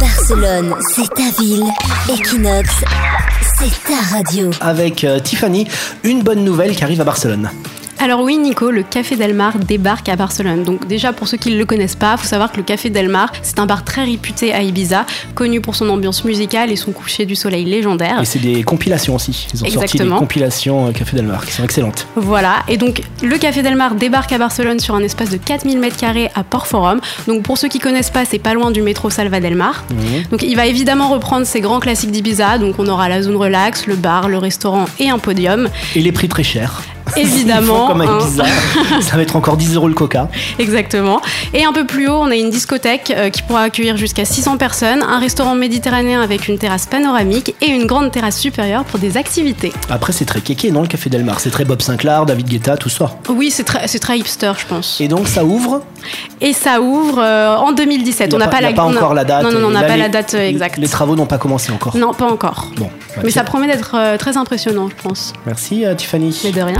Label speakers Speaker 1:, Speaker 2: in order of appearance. Speaker 1: Barcelone, c'est ta ville. Equinox, c'est ta radio.
Speaker 2: avec euh, Tiffany, une bonne nouvelle qui arrive à Barcelone.
Speaker 3: Alors oui Nico, le Café Del Mar débarque à Barcelone. Donc déjà pour ceux qui ne le connaissent pas, faut savoir que le Café Del Mar, c'est un bar très réputé à Ibiza, connu pour son ambiance musicale et son coucher du soleil légendaire.
Speaker 2: Et c'est des compilations aussi. Ils ont sorti des
Speaker 3: Ah. Exactement.
Speaker 2: compilations euh, Café Del Mar qui sont excellentes.
Speaker 3: Voilà, et donc le Café Del Mar débarque à Barcelone sur un espace de 4000 m2 à Port Forum. Donc pour ceux qui connaissent pas, c'est pas loin du métro Salva Del Mar. Donc il va évidemment reprendre ses grands classiques d'Ibiza, donc on aura la zone relax, le bar, le restaurant et un podium.
Speaker 2: Et les prix très chers. Ils font
Speaker 3: Évidemment,
Speaker 2: comme à
Speaker 3: hein.
Speaker 2: Ibiza. Ça va être encore 10 euros le coca.
Speaker 3: Exactement. Et un peu plus haut, on a une discothèque euh, qui pourra accueillir jusqu'à 600 personnes, un restaurant méditerranéen avec une terrasse panoramique et une grande terrasse supérieure pour des activités.
Speaker 2: Après, c'est très kéké dans le Café Del Mar. C'est très Bob Sinclair, David Guetta, tout ça.
Speaker 3: Oui, c'est très, c'est très hipster, je pense.
Speaker 2: Et donc, ça ouvre.
Speaker 3: Et ça ouvre euh, en
Speaker 2: Il
Speaker 3: 2017.
Speaker 2: y
Speaker 3: On n'a
Speaker 2: il
Speaker 3: pas,
Speaker 2: y
Speaker 3: la,
Speaker 2: a pas
Speaker 3: on a-
Speaker 2: encore la date.
Speaker 3: Non, non, non, on
Speaker 2: Et
Speaker 3: n'a
Speaker 2: là,
Speaker 3: pas
Speaker 2: les-
Speaker 3: la date euh,
Speaker 2: les-
Speaker 3: exacte.
Speaker 2: Les travaux n'ont pas commencé encore.
Speaker 3: Non, pas encore.
Speaker 2: Bon. bah,
Speaker 3: Mais ça
Speaker 2: tiens.
Speaker 3: promet d'être euh, très impressionnant, je pense.
Speaker 2: Merci euh, Tiffany.
Speaker 3: Mais de rien.